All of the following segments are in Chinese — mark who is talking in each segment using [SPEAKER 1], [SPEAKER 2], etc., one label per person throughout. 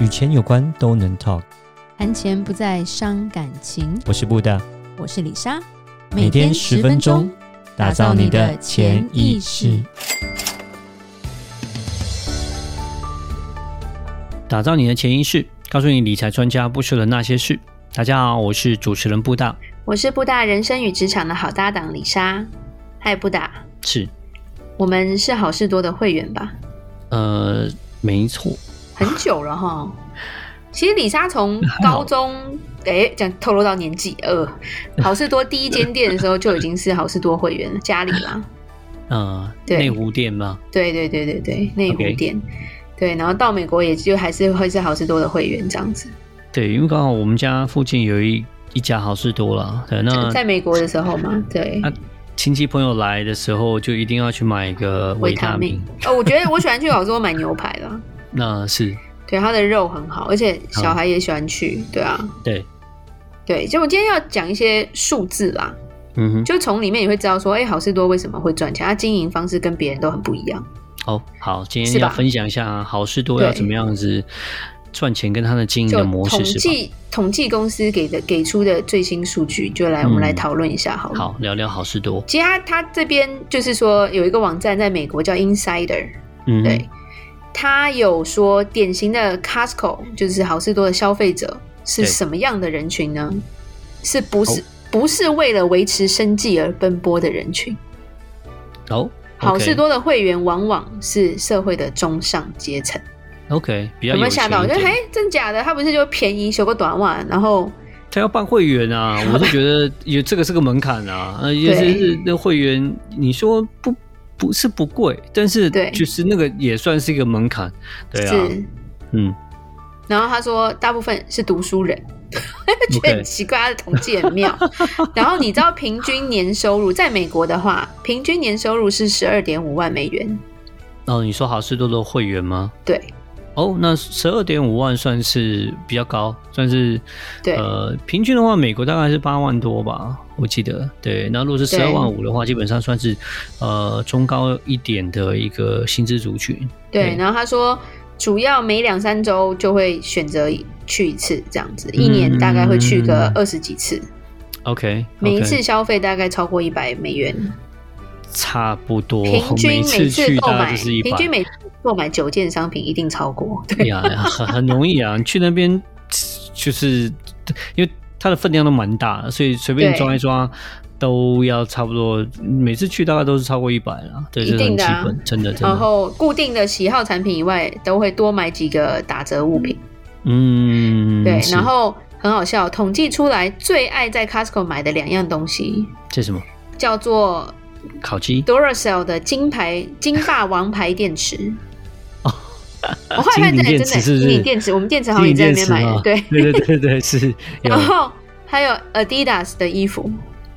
[SPEAKER 1] 与钱有关都能 talk。
[SPEAKER 2] 谈钱不再伤感情。
[SPEAKER 1] 我是布大，
[SPEAKER 2] 我是李莎，
[SPEAKER 1] 每天十分钟，打造你的潜意识。，打造你的潜意识，告诉你理财专家不说的那些事。大家好，我是主持人布大，
[SPEAKER 2] 我是布大人生与职场的好搭档李莎。嗨，布大，
[SPEAKER 1] 是
[SPEAKER 2] 我们是好事多的会员吧？
[SPEAKER 1] 呃，没错，
[SPEAKER 2] 很久了 哈。其实李莎从高 中，哎，讲透露到年纪，呃，好事多第一间店的时候就已经是好事多会 员了，家里啦。
[SPEAKER 1] 呃，
[SPEAKER 2] 对
[SPEAKER 1] 内湖店嘛，
[SPEAKER 2] 对对对对对，内湖
[SPEAKER 1] OK
[SPEAKER 2] 店。对，然后到美国也就还是会是好事多的会员这样子。
[SPEAKER 1] 对，因为刚好我们家附近有一一家好事多啦，对，那
[SPEAKER 2] 在美国的时候嘛，对。
[SPEAKER 1] 啊亲戚朋友来的时候就一定要去买一个维他命，
[SPEAKER 2] 哦，我觉得我喜欢去老多买牛排啦，
[SPEAKER 1] 那是
[SPEAKER 2] 对，它的肉很好，而且小孩也喜欢去，对啊，
[SPEAKER 1] 对，
[SPEAKER 2] 对。就我今天要讲一些数字啦，
[SPEAKER 1] 嗯哼，
[SPEAKER 2] 就从里面你会知道说，哎、好事多为什么会赚钱，它经营方式跟别人都很不一样。
[SPEAKER 1] 好哦好，今
[SPEAKER 2] 是
[SPEAKER 1] 天
[SPEAKER 2] 吧
[SPEAKER 1] 要分享一下好事多要
[SPEAKER 2] 对
[SPEAKER 1] 怎么样子赚钱跟它的经营
[SPEAKER 2] 就
[SPEAKER 1] 的模
[SPEAKER 2] 统
[SPEAKER 1] 式是吧？
[SPEAKER 2] 计统计公司给的给出的最新数据，就来我们
[SPEAKER 1] 嗯
[SPEAKER 2] 来讨论一下好了。
[SPEAKER 1] 好，聊聊好事多，
[SPEAKER 2] 其实它它这边就是说有一个网站在美国叫 Insider，
[SPEAKER 1] 嗯哼，
[SPEAKER 2] 对，他有说典型的 Costco 就是好事多的消费者是
[SPEAKER 1] 对
[SPEAKER 2] 什么样的人群呢？是不是、
[SPEAKER 1] 哦
[SPEAKER 2] 不是为了维持生计而奔波的人群？
[SPEAKER 1] 哦，
[SPEAKER 2] 好事多的会员往往是社会的中上阶层，
[SPEAKER 1] ，OK，比较
[SPEAKER 2] 有没有吓到？
[SPEAKER 1] 钱一
[SPEAKER 2] 就
[SPEAKER 1] 点
[SPEAKER 2] 哎，真假的？他不是就便宜修个短袜，然后
[SPEAKER 1] 他要办会员 啊，我是觉得有这个是个门槛啊，呃，也
[SPEAKER 2] 对
[SPEAKER 1] 是那会员，你说不不是不贵，但是
[SPEAKER 2] 对
[SPEAKER 1] 就是那个也算是一个门槛，对啊，
[SPEAKER 2] 是，
[SPEAKER 1] 嗯，
[SPEAKER 2] 然后他说大部分是读书人。 觉得
[SPEAKER 1] OK
[SPEAKER 2] 很奇怪，他的统计很 妙。然后你知道平均年收入，在美国的话，平均年收入是十二点五万美元，
[SPEAKER 1] 哦，你说好事多的会员吗？
[SPEAKER 2] 对，
[SPEAKER 1] 哦，那十二点五万算是比较高，算是
[SPEAKER 2] 对
[SPEAKER 1] 呃，平均的话，美国大概是八万多吧，我记得。对，那如果是十
[SPEAKER 2] 对
[SPEAKER 1] 二万五的话，基本上算是呃中高一点的一个薪资族群。
[SPEAKER 2] 对，
[SPEAKER 1] 对
[SPEAKER 2] 然后他说，主要每两三周就会选择去一次，这样子，一年大概会去个
[SPEAKER 1] 嗯
[SPEAKER 2] 二十几次，
[SPEAKER 1] OK，
[SPEAKER 2] 每一次消费大概超过一百美元，
[SPEAKER 1] 差不多，
[SPEAKER 2] 平均
[SPEAKER 1] 每
[SPEAKER 2] 每
[SPEAKER 1] 去
[SPEAKER 2] 购
[SPEAKER 1] 大概
[SPEAKER 2] 买
[SPEAKER 1] 就是一，
[SPEAKER 2] 平
[SPEAKER 1] 百
[SPEAKER 2] 均每次购买九件商品一定超过，对，
[SPEAKER 1] 呀，很很容易啊。你去那边就是因为它的分量都蛮大的，所以随便
[SPEAKER 2] 对
[SPEAKER 1] 抓一抓。都要差不多，每次去大概都是超过一百了，对，
[SPEAKER 2] 一
[SPEAKER 1] 这是
[SPEAKER 2] 定
[SPEAKER 1] 很
[SPEAKER 2] 的
[SPEAKER 1] 基
[SPEAKER 2] 啊
[SPEAKER 1] 本，真的真
[SPEAKER 2] 然
[SPEAKER 1] 的。
[SPEAKER 2] 后固定的喜好产品以外，都会多买几个打折物品，
[SPEAKER 1] 嗯，
[SPEAKER 2] 对，
[SPEAKER 1] 是
[SPEAKER 2] 然后很好笑，统计出来最爱在 Costco 买的两样东西
[SPEAKER 1] 这是什么？
[SPEAKER 2] 叫做
[SPEAKER 1] 烤鸡？
[SPEAKER 2] Duracell 的金牌金霸王牌 电池。
[SPEAKER 1] 金
[SPEAKER 2] 我后来发现哎
[SPEAKER 1] 领
[SPEAKER 2] 真的
[SPEAKER 1] 电
[SPEAKER 2] 真的
[SPEAKER 1] 池是不
[SPEAKER 2] 金
[SPEAKER 1] 是？
[SPEAKER 2] 领电池，我们电池好像也在那边买
[SPEAKER 1] 金
[SPEAKER 2] 的
[SPEAKER 1] 领，电。啊池嘛
[SPEAKER 2] 对
[SPEAKER 1] 对对对对，是有
[SPEAKER 2] 然。后还有 Adidas 的衣服，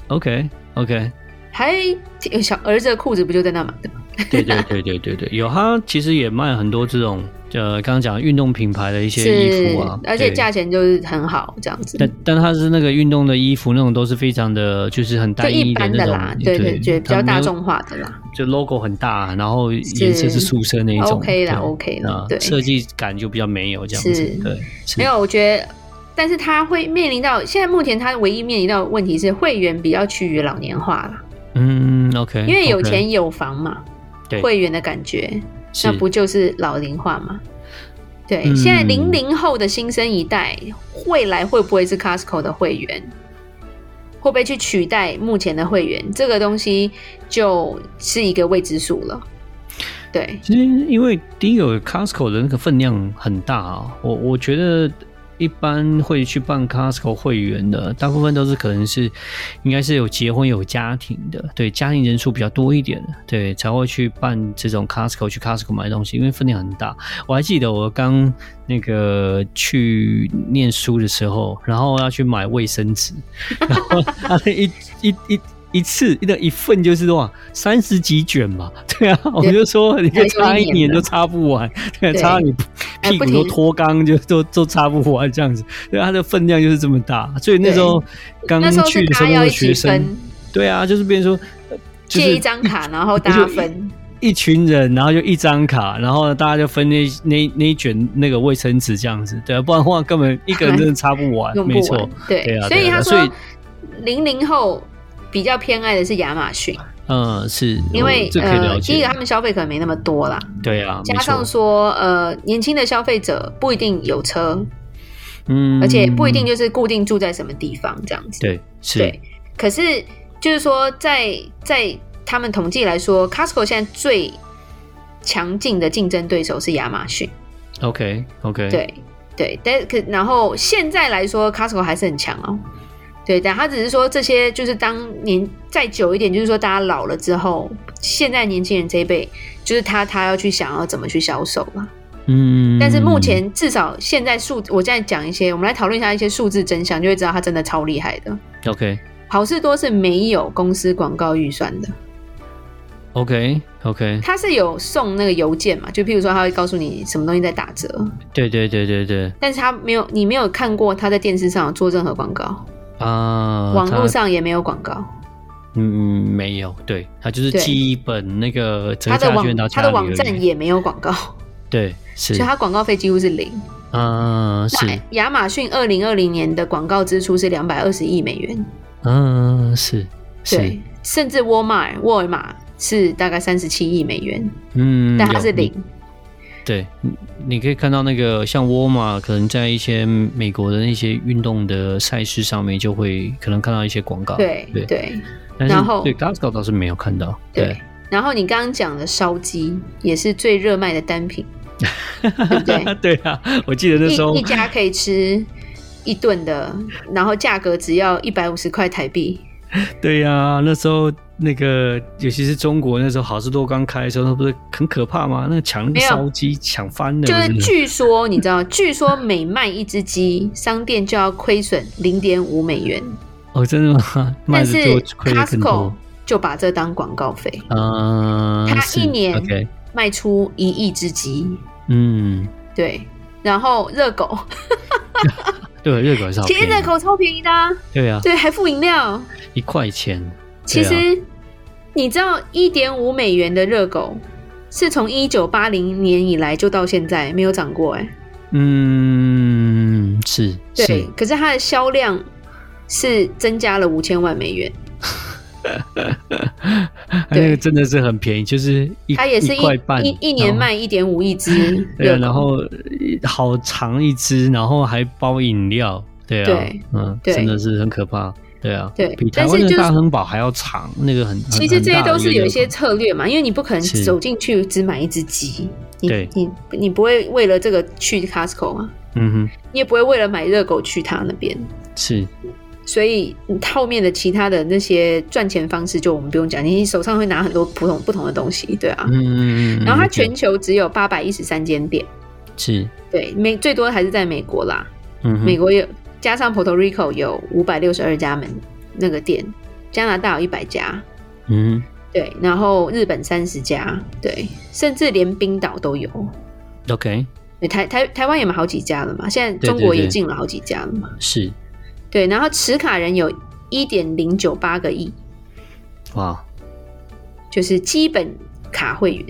[SPEAKER 1] OK OK，
[SPEAKER 2] 还呃有小儿子的裤子不就在那买的吗？
[SPEAKER 1] 对对对对对对，有它其实也卖很多这种呃，刚刚讲运动品牌的一些衣服啊，
[SPEAKER 2] 是而且
[SPEAKER 1] 对
[SPEAKER 2] 价钱就是很好，这样子。
[SPEAKER 1] 但但它是那个运动的衣服，那种都是非常的，就是很
[SPEAKER 2] 就
[SPEAKER 1] 单
[SPEAKER 2] 一
[SPEAKER 1] 一
[SPEAKER 2] 般
[SPEAKER 1] 那种
[SPEAKER 2] 啦，，对对，就比较大众，化的啦
[SPEAKER 1] 它没有就 logo 很大，然后颜色是素色那一种
[SPEAKER 2] ，OK 啦
[SPEAKER 1] 对
[SPEAKER 2] ，OK 啦
[SPEAKER 1] 啊，
[SPEAKER 2] 对
[SPEAKER 1] 设计感就比较没有这样
[SPEAKER 2] 是
[SPEAKER 1] 子，对，是
[SPEAKER 2] 没有，我觉得，但是他会面临到现在目前他唯一面临到的问题是会员比较趋于老年化啦，
[SPEAKER 1] 嗯 OK，
[SPEAKER 2] 因为有
[SPEAKER 1] OK，
[SPEAKER 2] 钱有房嘛，
[SPEAKER 1] 对
[SPEAKER 2] 会员的感觉，
[SPEAKER 1] 是
[SPEAKER 2] 那不就是老龄化吗？对，
[SPEAKER 1] 嗯
[SPEAKER 2] 现在零零后的新生一代，未来会不会是 Costco 的会员？会不会去取代目前的会员？这个东西就是一个未知数了。对，
[SPEAKER 1] 其实，因为第一个 Costco 的那个分量很大啊、我我觉得一般会去办 Costco 会员的，大部分都是可能是应该是有结婚有家庭的，对，家庭人数比较多一点的，对，才会去办这种 Costco 去 Costco 买东西，因为分量很大。我还记得我刚那个去念书的时候，然后要去买卫生纸， 然后他那一一一一次那一份就是多少三十几卷吧？ 对啊，我就说你就擦一年都擦不完，对啊，
[SPEAKER 2] 对哎
[SPEAKER 1] 擦到你屁股都脱肛就都都擦不完这样子，对啊，它的分量就是这么大，所以那时候刚
[SPEAKER 2] 那时候是
[SPEAKER 1] 去的时
[SPEAKER 2] 大
[SPEAKER 1] 候
[SPEAKER 2] 家要
[SPEAKER 1] 那
[SPEAKER 2] 一
[SPEAKER 1] 个学
[SPEAKER 2] 起
[SPEAKER 1] 生
[SPEAKER 2] 分，，
[SPEAKER 1] 对啊，就是变成说。呃就
[SPEAKER 2] 借
[SPEAKER 1] 是
[SPEAKER 2] 一张卡，然后大家分。
[SPEAKER 1] 一群人，然后就一张卡，然后大家就分那那那一卷那个卫生纸这样子，对啊，不然的话根本一个人真的擦不完，
[SPEAKER 2] 用
[SPEAKER 1] 啊没
[SPEAKER 2] 不
[SPEAKER 1] 错
[SPEAKER 2] 完，。对，
[SPEAKER 1] 对啊
[SPEAKER 2] 所以
[SPEAKER 1] 对啊
[SPEAKER 2] 他
[SPEAKER 1] 所以
[SPEAKER 2] 说，零零后比较偏爱的是亚马逊，
[SPEAKER 1] 嗯，是，
[SPEAKER 2] 因为
[SPEAKER 1] 我这可以
[SPEAKER 2] 呃，
[SPEAKER 1] 了
[SPEAKER 2] 第一个
[SPEAKER 1] 解
[SPEAKER 2] 他，们消费可能没那么多啦，
[SPEAKER 1] 对啊，
[SPEAKER 2] 加
[SPEAKER 1] 没错
[SPEAKER 2] 上说呃，年轻的消费者不一定有车，
[SPEAKER 1] 嗯，
[SPEAKER 2] 而且不一定就是固定住在什么地方这样子。
[SPEAKER 1] 对，是
[SPEAKER 2] 对，可是就是说在，在他们统计来说，Costco 现在最强劲的竞争对手是亚马逊。
[SPEAKER 1] ，OK OK，，
[SPEAKER 2] 对对，但可然后现在来说，Costco 还是很强哦。对，但他只是说这些就是当年再久一点，就是说大家老了之后，现在年轻人这一辈，就是他他要去想要怎么去销售嘛。
[SPEAKER 1] 嗯，
[SPEAKER 2] 但是目前至少现在数，我现在讲一些，我们来讨论一下一些数字真相，就会知道他真的超厉害的。
[SPEAKER 1] OK
[SPEAKER 2] 好事多是没有公司广告预算的，
[SPEAKER 1] OK OK，
[SPEAKER 2] 它是有送那个邮件嘛，就譬如说它会告诉你什么东西在打折，
[SPEAKER 1] 对对对对对
[SPEAKER 2] 但是它没有，你没有看过它在电视上有做任何广告，
[SPEAKER 1] 啊，
[SPEAKER 2] 网络
[SPEAKER 1] 它
[SPEAKER 2] 上也没有广告，
[SPEAKER 1] 嗯没有，对，它就是
[SPEAKER 2] 对
[SPEAKER 1] 寄一本那个折
[SPEAKER 2] 它的
[SPEAKER 1] 价
[SPEAKER 2] 网
[SPEAKER 1] 券到
[SPEAKER 2] 它
[SPEAKER 1] 家
[SPEAKER 2] 的
[SPEAKER 1] 里
[SPEAKER 2] 网
[SPEAKER 1] 而
[SPEAKER 2] 站
[SPEAKER 1] 已
[SPEAKER 2] 也没有广告，
[SPEAKER 1] 对是
[SPEAKER 2] 所以它广告费几乎是零。
[SPEAKER 1] 啊是
[SPEAKER 2] 那亚马逊二零二零年的广告支出是两百二十亿美元，
[SPEAKER 1] 嗯是是
[SPEAKER 2] 对，甚至沃尔玛沃尔玛是大概三十七亿美元，
[SPEAKER 1] 嗯，
[SPEAKER 2] 但它是
[SPEAKER 1] 有
[SPEAKER 2] 零。
[SPEAKER 1] 对，你你可以看到那个像沃尔玛，可能在一些美国的那些运动的赛事上面，就会可能看到一些广告。
[SPEAKER 2] 对
[SPEAKER 1] 哦对，
[SPEAKER 2] 对
[SPEAKER 1] 但是
[SPEAKER 2] 然后
[SPEAKER 1] 对 Costco 倒是没有看到。
[SPEAKER 2] 对，。然后你刚刚讲的烧鸡也是最热卖的单品，对不对？
[SPEAKER 1] 对啊，我记得那时候
[SPEAKER 2] 一一家可以吃一顿的，然后价格只要一百五十块台币。
[SPEAKER 1] 对呀、那时候那个，尤其是中国那时候好事多刚开的时候，那不是很可怕吗？那个抢那个
[SPEAKER 2] 没有
[SPEAKER 1] 烧鸡抢翻了，
[SPEAKER 2] 就是
[SPEAKER 1] 真的
[SPEAKER 2] 据说你知道，据说每卖一只鸡，商店就要亏损零点五美元，
[SPEAKER 1] 哦，真的 吗？卖的
[SPEAKER 2] 但是
[SPEAKER 1] 多亏的更
[SPEAKER 2] Costco
[SPEAKER 1] 多。
[SPEAKER 2] 就把这当广告费，
[SPEAKER 1] 嗯，
[SPEAKER 2] 它
[SPEAKER 1] 是
[SPEAKER 2] 一年
[SPEAKER 1] OK，
[SPEAKER 2] 卖出一亿只鸡，
[SPEAKER 1] 嗯，
[SPEAKER 2] 对。然后热狗，
[SPEAKER 1] 对，热狗是好
[SPEAKER 2] 其实
[SPEAKER 1] 便宜
[SPEAKER 2] 热狗超便宜的、啊，
[SPEAKER 1] 对啊，
[SPEAKER 2] 对，还附饮料。
[SPEAKER 1] 一块钱，
[SPEAKER 2] 其
[SPEAKER 1] 啊
[SPEAKER 2] 实、你知道，一点五美元的热狗是从一九八零年以来就到现在没有涨过、哎，
[SPEAKER 1] 嗯，是，
[SPEAKER 2] 对
[SPEAKER 1] 是，，
[SPEAKER 2] 可是它的销量是增加了五千万美元，
[SPEAKER 1] 它哎那个真的是很便宜，就是一
[SPEAKER 2] 它也是
[SPEAKER 1] 一块半，
[SPEAKER 2] 一一年
[SPEAKER 1] 然后
[SPEAKER 2] 卖一点五亿只
[SPEAKER 1] 对
[SPEAKER 2] 热
[SPEAKER 1] 啊，
[SPEAKER 2] 狗，
[SPEAKER 1] 然后呃好长一支，然后还包饮料，对啊，
[SPEAKER 2] 对
[SPEAKER 1] 嗯，
[SPEAKER 2] 对
[SPEAKER 1] 真的是很可怕，对啊，
[SPEAKER 2] 对
[SPEAKER 1] 比台
[SPEAKER 2] 但是
[SPEAKER 1] 湾的
[SPEAKER 2] 就是
[SPEAKER 1] 大亨堡还要长，那个很，
[SPEAKER 2] 其
[SPEAKER 1] 很
[SPEAKER 2] 实这些都是有
[SPEAKER 1] 很大的一
[SPEAKER 2] 一，些
[SPEAKER 1] 个
[SPEAKER 2] 策略嘛，因为你不可能
[SPEAKER 1] 是
[SPEAKER 2] 走进去只买一只鸡，你
[SPEAKER 1] 对
[SPEAKER 2] 你你不会为了这个去 Costco 啊，
[SPEAKER 1] 嗯
[SPEAKER 2] 你也不会为了买热狗去他那边。
[SPEAKER 1] 哼，是，
[SPEAKER 2] 所以你后面的其他的那些赚钱方式，就我们不用讲，你手上会拿很多普通不同的东西，对啊。
[SPEAKER 1] 嗯，
[SPEAKER 2] 然后它
[SPEAKER 1] 嗯
[SPEAKER 2] 全球只有八百一十三间店，
[SPEAKER 1] 是，
[SPEAKER 2] 对，美最多还是在美国啦，
[SPEAKER 1] 嗯
[SPEAKER 2] 美
[SPEAKER 1] 哼，
[SPEAKER 2] 国有加上 Puerto Rico 有五百六十二家门那个店，加拿大有一百家，
[SPEAKER 1] 嗯
[SPEAKER 2] 对，然后日本三十家，对，甚至连冰岛都有。
[SPEAKER 1] 哼，OK，
[SPEAKER 2] 对台台台湾也买好几家了嘛，现在
[SPEAKER 1] 对
[SPEAKER 2] 中国
[SPEAKER 1] 对
[SPEAKER 2] 也
[SPEAKER 1] 对
[SPEAKER 2] 进了好几家了嘛。
[SPEAKER 1] 是，
[SPEAKER 2] 对，然后持卡人有一点零九八个亿，
[SPEAKER 1] 哇
[SPEAKER 2] 就是基本卡会员，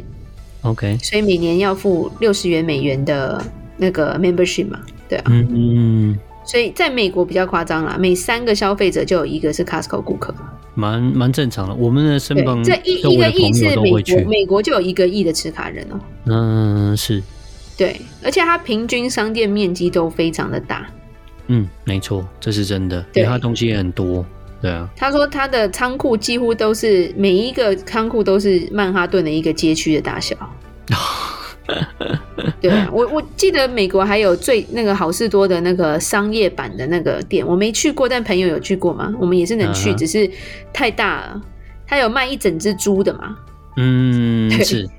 [SPEAKER 1] ，OK，
[SPEAKER 2] 所以每年要付六十元美元的那个 membership 嘛，对啊。
[SPEAKER 1] 嗯嗯，
[SPEAKER 2] 所以在美国比较夸张啦，每三个消费者就有一个是 Costco 顾客。
[SPEAKER 1] 蛮蛮正常的，我们的身
[SPEAKER 2] 对
[SPEAKER 1] 旁，
[SPEAKER 2] 这一
[SPEAKER 1] 周
[SPEAKER 2] 一
[SPEAKER 1] 围的
[SPEAKER 2] 个亿
[SPEAKER 1] 朋
[SPEAKER 2] 是
[SPEAKER 1] 友都
[SPEAKER 2] 美
[SPEAKER 1] 会去
[SPEAKER 2] 国，，美国就有一个亿的持卡人哦、
[SPEAKER 1] 嗯，是，
[SPEAKER 2] 对，而且它平均商店面积都非常的大。
[SPEAKER 1] 嗯，没错，这是真的，因
[SPEAKER 2] 对
[SPEAKER 1] 为它东西也很多，对啊，
[SPEAKER 2] 他说他的仓库几乎都是每一个仓库都是曼哈顿的一个街区的大小。 对啊，我我记得美国还有最那个好事多的那个商业版的那个店，我没去过，但朋友有去过嘛，我们也是能去
[SPEAKER 1] 嗯哼
[SPEAKER 2] 只是太大了。他有卖一整只猪的嘛？
[SPEAKER 1] 嗯，
[SPEAKER 2] 对
[SPEAKER 1] 是，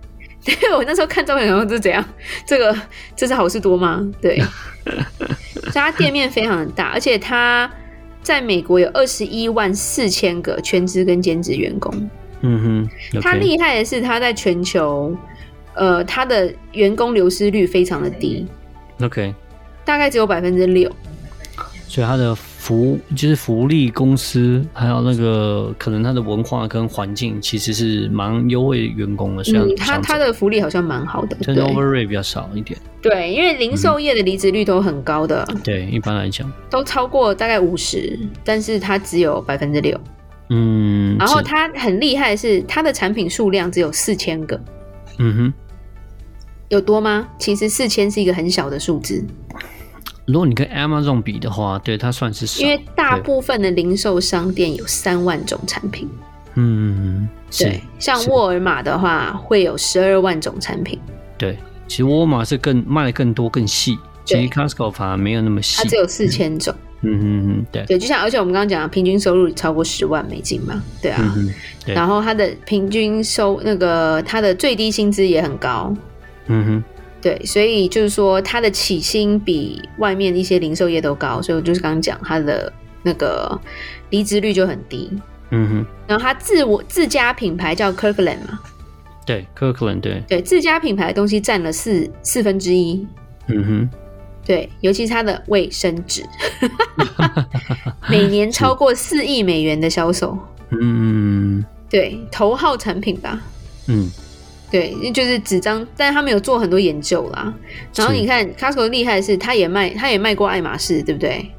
[SPEAKER 2] 对 我那时候看照片，然后是怎样？这个这是好事多吗？对，所以它店面非常的大，而且它在美国有二十一万四千个全职跟兼职员工。
[SPEAKER 1] 嗯 哼，
[SPEAKER 2] 它
[SPEAKER 1] OK
[SPEAKER 2] 厉害的是，它在全球，呃，它的员工流失率非常的低，
[SPEAKER 1] OK，
[SPEAKER 2] 大概只有百分之六。
[SPEAKER 1] 所以它的福就是福利公司，还有那个可能它的文化跟环境其实是蛮优惠员工的，像
[SPEAKER 2] 嗯，他他的福利好像蛮好的，对
[SPEAKER 1] turnover rate 比较少一点，
[SPEAKER 2] 对，因为零售业的离职率都很高的，
[SPEAKER 1] 对，一般来讲，
[SPEAKER 2] 都超过大概五十，但是它只有百分之六。
[SPEAKER 1] 嗯，
[SPEAKER 2] 然后
[SPEAKER 1] 是
[SPEAKER 2] 它很厉害的是，它的产品数量只有四千个，
[SPEAKER 1] 嗯哼。
[SPEAKER 2] 有多吗？其实四千是一个很小的数字，
[SPEAKER 1] 如果你跟 Amazon 比的话，对它算是少，
[SPEAKER 2] 因为大
[SPEAKER 1] 对
[SPEAKER 2] 部分的零售商店有三万种产品，
[SPEAKER 1] 嗯，是
[SPEAKER 2] 对，像
[SPEAKER 1] 是
[SPEAKER 2] 沃尔玛的话会有十二万种产品，
[SPEAKER 1] 对。其实沃尔玛是更卖的更多更细，其实
[SPEAKER 2] 对
[SPEAKER 1] Costco 反而没有那么细
[SPEAKER 2] 它。只有四千种。
[SPEAKER 1] 嗯嗯嗯，对，
[SPEAKER 2] 对，就像而且我们刚刚讲的，平均收入超过十万美金嘛，对啊。
[SPEAKER 1] 嗯嗯对
[SPEAKER 2] 然后它的平均收那个它的最低薪资也很高，
[SPEAKER 1] 嗯哼，
[SPEAKER 2] 对，所以就是说它的起薪比外面一些零售业都高，所以我就是刚刚讲它的那个离职率就很低。
[SPEAKER 1] 嗯哼，
[SPEAKER 2] 然后它自我自家品牌叫 Kirkland 嘛，
[SPEAKER 1] 对，Kirkland 对，
[SPEAKER 2] 对，自家品牌的东西占了四四分之一，
[SPEAKER 1] 嗯
[SPEAKER 2] 对，尤其是它的卫生纸， 每年超过四亿美元的销售，
[SPEAKER 1] 哼，嗯嗯
[SPEAKER 2] 对，头号产品吧，
[SPEAKER 1] 嗯，
[SPEAKER 2] 对，就是纸张，但他们有做很多研究啦。然后
[SPEAKER 1] 是
[SPEAKER 2] 你看 Costco 厉害的是，它也卖，它也卖过爱马仕，对不对？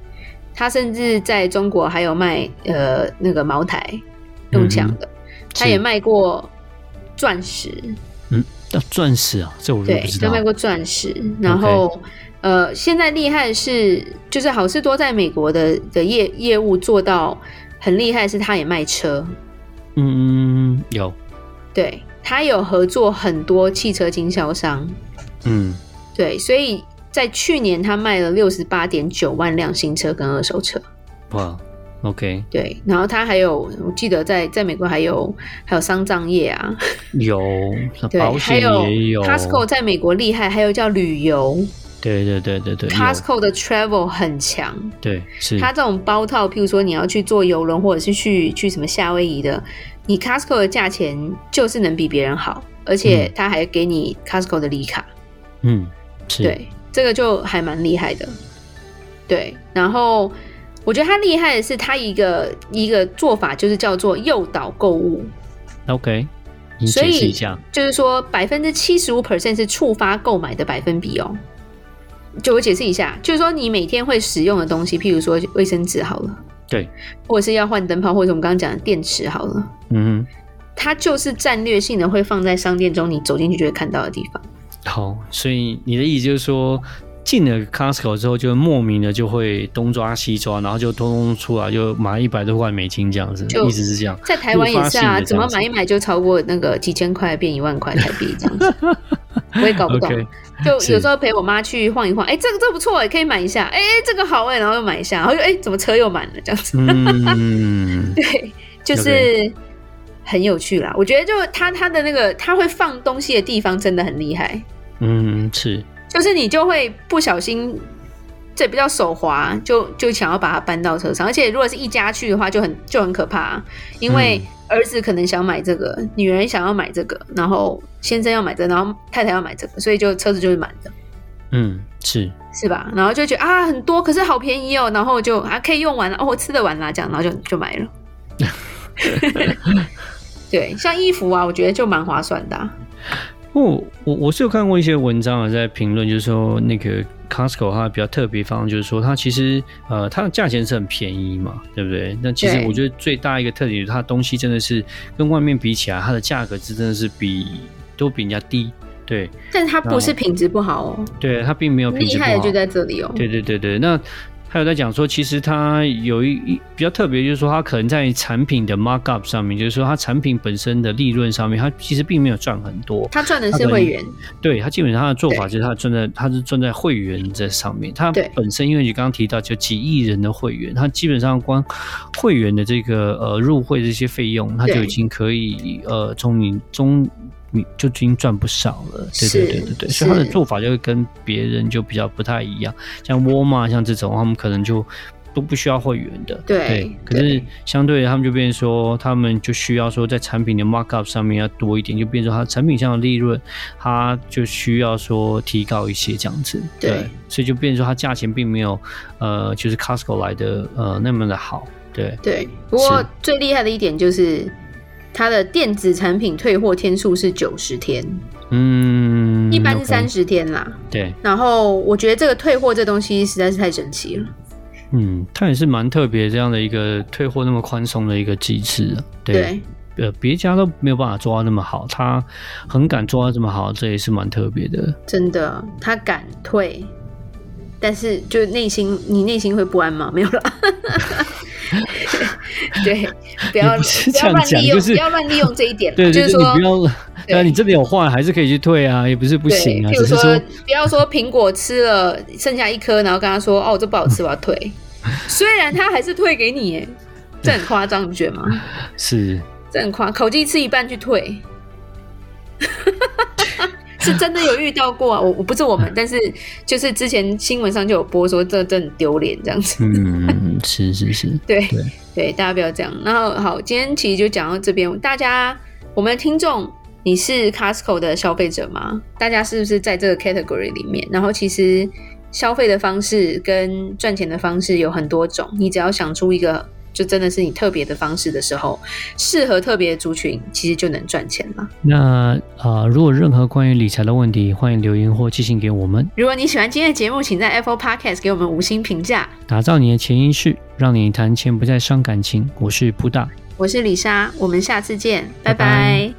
[SPEAKER 2] 它甚至在中国还有卖呃那个茅台，用
[SPEAKER 1] 嗯
[SPEAKER 2] 抢的，它也卖过钻石，
[SPEAKER 1] 要钻石啊，这我就
[SPEAKER 2] 对
[SPEAKER 1] 不知，
[SPEAKER 2] 它
[SPEAKER 1] 道
[SPEAKER 2] 卖。过钻石。然后呃，现在厉害的是，就是好事多在美国的的业业务做到很厉害，是它也卖车，
[SPEAKER 1] 嗯嗯，有，
[SPEAKER 2] 对，它有合作很多汽车经销商。
[SPEAKER 1] 嗯
[SPEAKER 2] 对，所以在去年他卖了六十八点九万辆新车跟二手车。
[SPEAKER 1] 哇，OK，
[SPEAKER 2] 对，然后他还有，我记得在在美国还有还有丧葬业啊，
[SPEAKER 1] 有，那
[SPEAKER 2] 对，
[SPEAKER 1] 保
[SPEAKER 2] 还
[SPEAKER 1] 险也有
[SPEAKER 2] Costco 在美国厉害，还有叫旅游
[SPEAKER 1] 对对对对对有
[SPEAKER 2] ，Costco 的 travel 很强，
[SPEAKER 1] 对是，
[SPEAKER 2] 它这种包套，譬如说你要去坐游轮或者是去去什么夏威夷的，你 Costco 的价钱就是能比别人好，而且
[SPEAKER 1] 嗯
[SPEAKER 2] 它还给你 Costco 的礼卡，
[SPEAKER 1] 嗯是，
[SPEAKER 2] 对，这个就还蛮厉害的。对，然后我觉得他厉害的是他一个一个做法，就是叫做诱导购物，
[SPEAKER 1] OK，你
[SPEAKER 2] 所
[SPEAKER 1] 解释
[SPEAKER 2] 以
[SPEAKER 1] 一下，
[SPEAKER 2] 就是说百分之七十五 percent 是触发购买的百分比哦。就我解释一下，就是说你每天会使用的东西，譬如说卫生纸好了，
[SPEAKER 1] 对，
[SPEAKER 2] 或者是要换灯泡，或者我们刚刚讲的电池好了，
[SPEAKER 1] 嗯
[SPEAKER 2] 它就是战略性的会放在商店中，你走进去就会看到的地方。
[SPEAKER 1] 哼，好，所以你的意思就是说。进了 Costco 之后，就莫名的就会东抓西抓，然后就通通出来，就买一百多块美金这样子，
[SPEAKER 2] 就
[SPEAKER 1] 一直是这样。
[SPEAKER 2] 在台湾也是
[SPEAKER 1] 突发性
[SPEAKER 2] 啊，
[SPEAKER 1] 的
[SPEAKER 2] 怎么买一买就超过那个几千块变一万块台币 这样子，我也搞不懂。
[SPEAKER 1] OK，
[SPEAKER 2] 就是有时候陪我妈去晃一晃，哎、这个这不错，可以买一下，哎、这个好哎、然后又买一下，然后就哎、怎么车又满了这样子，
[SPEAKER 1] 嗯，
[SPEAKER 2] 对，就是很有趣啦。我觉得就他他的那个他会放东西的地方真的很厉害，
[SPEAKER 1] 嗯，是，
[SPEAKER 2] 就是你就会不小心。这比较手滑，就就想要把它搬到车上，而且如果是一家去的话，就很就很可怕、因为儿子可能想买这个，女人想要买这个，然后先生要买这个，然后太太要买这个，所以就车子就是满的，
[SPEAKER 1] 嗯，是，
[SPEAKER 2] 是吧？然后就觉得啊很多，可是好便宜哦，然后就啊可以用完了，哦我吃得完啦，这样，然后就就 买了。对，像衣服啊，我觉得就蛮划算的啊、
[SPEAKER 1] 我哦我我是有看过一些文章啊，在评论，就是说那个 Costco 它比较特别的地方，就是说它其实呃它的价钱是很便宜嘛，对不对？那其实
[SPEAKER 2] 对
[SPEAKER 1] 我觉得最大一个特点，它的东西真的是跟外面比起来，它的价格是真的是比都比人家低，对
[SPEAKER 2] 但是它不是品质不好哦，
[SPEAKER 1] 对，它并没有品质
[SPEAKER 2] 厉
[SPEAKER 1] 不
[SPEAKER 2] 害的
[SPEAKER 1] 好
[SPEAKER 2] 就。在这里哦。
[SPEAKER 1] 对对对对，那还有在讲说，其实它有一一比较特别，就是说它可能在产品的 markup 上面，就是说它产品本身的利润上面，它其实并没有赚很多。
[SPEAKER 2] 他赚的是会员，
[SPEAKER 1] 对它基本上它的做法
[SPEAKER 2] 对
[SPEAKER 1] 就是它赚在它是赚在会员这上面，它
[SPEAKER 2] 对
[SPEAKER 1] 本身因为你刚刚提到就几亿人的会员，它基本上光会员的这个呃入会这些费用，它就
[SPEAKER 2] 对
[SPEAKER 1] 已经可以呃从你中你就已经赚不少了。对对
[SPEAKER 2] 是
[SPEAKER 1] 对对对，所以它的
[SPEAKER 2] 是
[SPEAKER 1] 做法就会跟别人就比较不太一样，像沃尔玛像这种，他们可能就都不需要会员的。
[SPEAKER 2] 对
[SPEAKER 1] 可是相对的他们就变成说，他们就需要说在产品的 markup 上面要多一点，就变成说它产品上的利润，它就需要说提高一些这样子。
[SPEAKER 2] 对
[SPEAKER 1] 所以就变成说它价钱并没有呃，就是 Costco 来的呃那么的好。对，
[SPEAKER 2] 对，不过
[SPEAKER 1] 是
[SPEAKER 2] 最厉害的一点就是它的电子产品退货天数是九十天，
[SPEAKER 1] 嗯，
[SPEAKER 2] 一般是
[SPEAKER 1] OK，
[SPEAKER 2] 三十天啦。
[SPEAKER 1] 对，
[SPEAKER 2] 然后我觉得这个退货这东西实在是太神奇了。
[SPEAKER 1] 嗯，它也是蛮特别这样的一个退货那么宽松的一个机制啊。
[SPEAKER 2] 对
[SPEAKER 1] 呃，别家都没有办法做到那么好，他很敢做到这么好，这也是蛮特别的。
[SPEAKER 2] 真的，他敢退，但是就内心，你内心会不安吗？没有 啦。 对，不要
[SPEAKER 1] 也不是
[SPEAKER 2] 不
[SPEAKER 1] 这
[SPEAKER 2] 要
[SPEAKER 1] 样
[SPEAKER 2] 乱
[SPEAKER 1] 讲
[SPEAKER 2] 利用，
[SPEAKER 1] 就是
[SPEAKER 2] 不要乱利用这一点啦。
[SPEAKER 1] 对对
[SPEAKER 2] 就是
[SPEAKER 1] 对，
[SPEAKER 2] 说
[SPEAKER 1] 你， 不要，
[SPEAKER 2] 对
[SPEAKER 1] 那你这里有坏还是可以去退啊，也不是不
[SPEAKER 2] 对，
[SPEAKER 1] 行啊，
[SPEAKER 2] 譬
[SPEAKER 1] 只
[SPEAKER 2] 如
[SPEAKER 1] 是
[SPEAKER 2] 说
[SPEAKER 1] 说，
[SPEAKER 2] 不要说苹果吃了剩下一颗，然后跟他说：“哦，这不好吃，我要 退。”虽然他还是退给你，耶，这很夸张，你觉得 吗？
[SPEAKER 1] 是
[SPEAKER 2] 这很夸，口技吃一半去退， 是真的有遇到过啊。我我不是我们，但是就是之前新闻上就有播说这这很丢脸这样子。
[SPEAKER 1] 嗯，是是是，
[SPEAKER 2] 对
[SPEAKER 1] 对
[SPEAKER 2] 对，大家不要这样。然后好，今天其实就讲到这边。大家，我们的听众，你是 Costco 的消费者吗？大家是不是在这个 category 里面？然后其实消费的方式跟赚钱的方式有很多种，你只要想出一个。就真的是你特别的方式的时候，适合特别的族群，其实就能赚钱了。
[SPEAKER 1] 那呃，如果任何关于理财的问题，欢迎留言或寄信给我们。
[SPEAKER 2] 如果你喜欢今天的节目，请在 Apple Podcast 给我们五星评价。
[SPEAKER 1] 打造你的潜意识，让你谈钱不再伤感情。我是布大，
[SPEAKER 2] 我是李莎，我们下次见，
[SPEAKER 1] 拜
[SPEAKER 2] 拜
[SPEAKER 1] 拜
[SPEAKER 2] 拜